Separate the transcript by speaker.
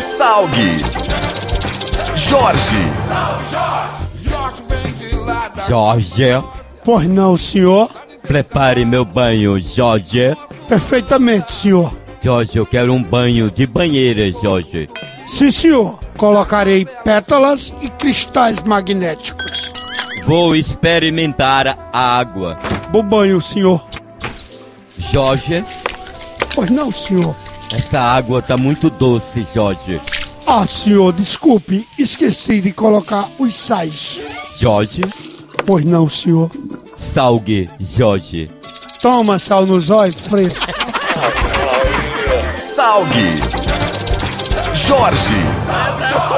Speaker 1: Salgue. Jorge.
Speaker 2: Jorge,
Speaker 3: Pois não, senhor?
Speaker 2: prepare meu banho, Jorge.
Speaker 3: Perfeitamente, senhor.
Speaker 2: Jorge, eu quero um banho de banheira, Jorge.
Speaker 3: Sim, senhor. Colocarei pétalas e cristais magnéticos.
Speaker 2: Vou experimentar a água.
Speaker 3: Bom banho, senhor.
Speaker 2: Jorge,
Speaker 3: Pois não, senhor.
Speaker 2: essa água tá muito doce, Jorge.
Speaker 3: Ah, senhor, desculpe, esqueci de colocar os sais.
Speaker 2: Jorge,
Speaker 3: Pois não, senhor.
Speaker 2: salgue, Jorge.
Speaker 3: Toma sal nos olhos, fresco.
Speaker 1: Salgue. Jorge.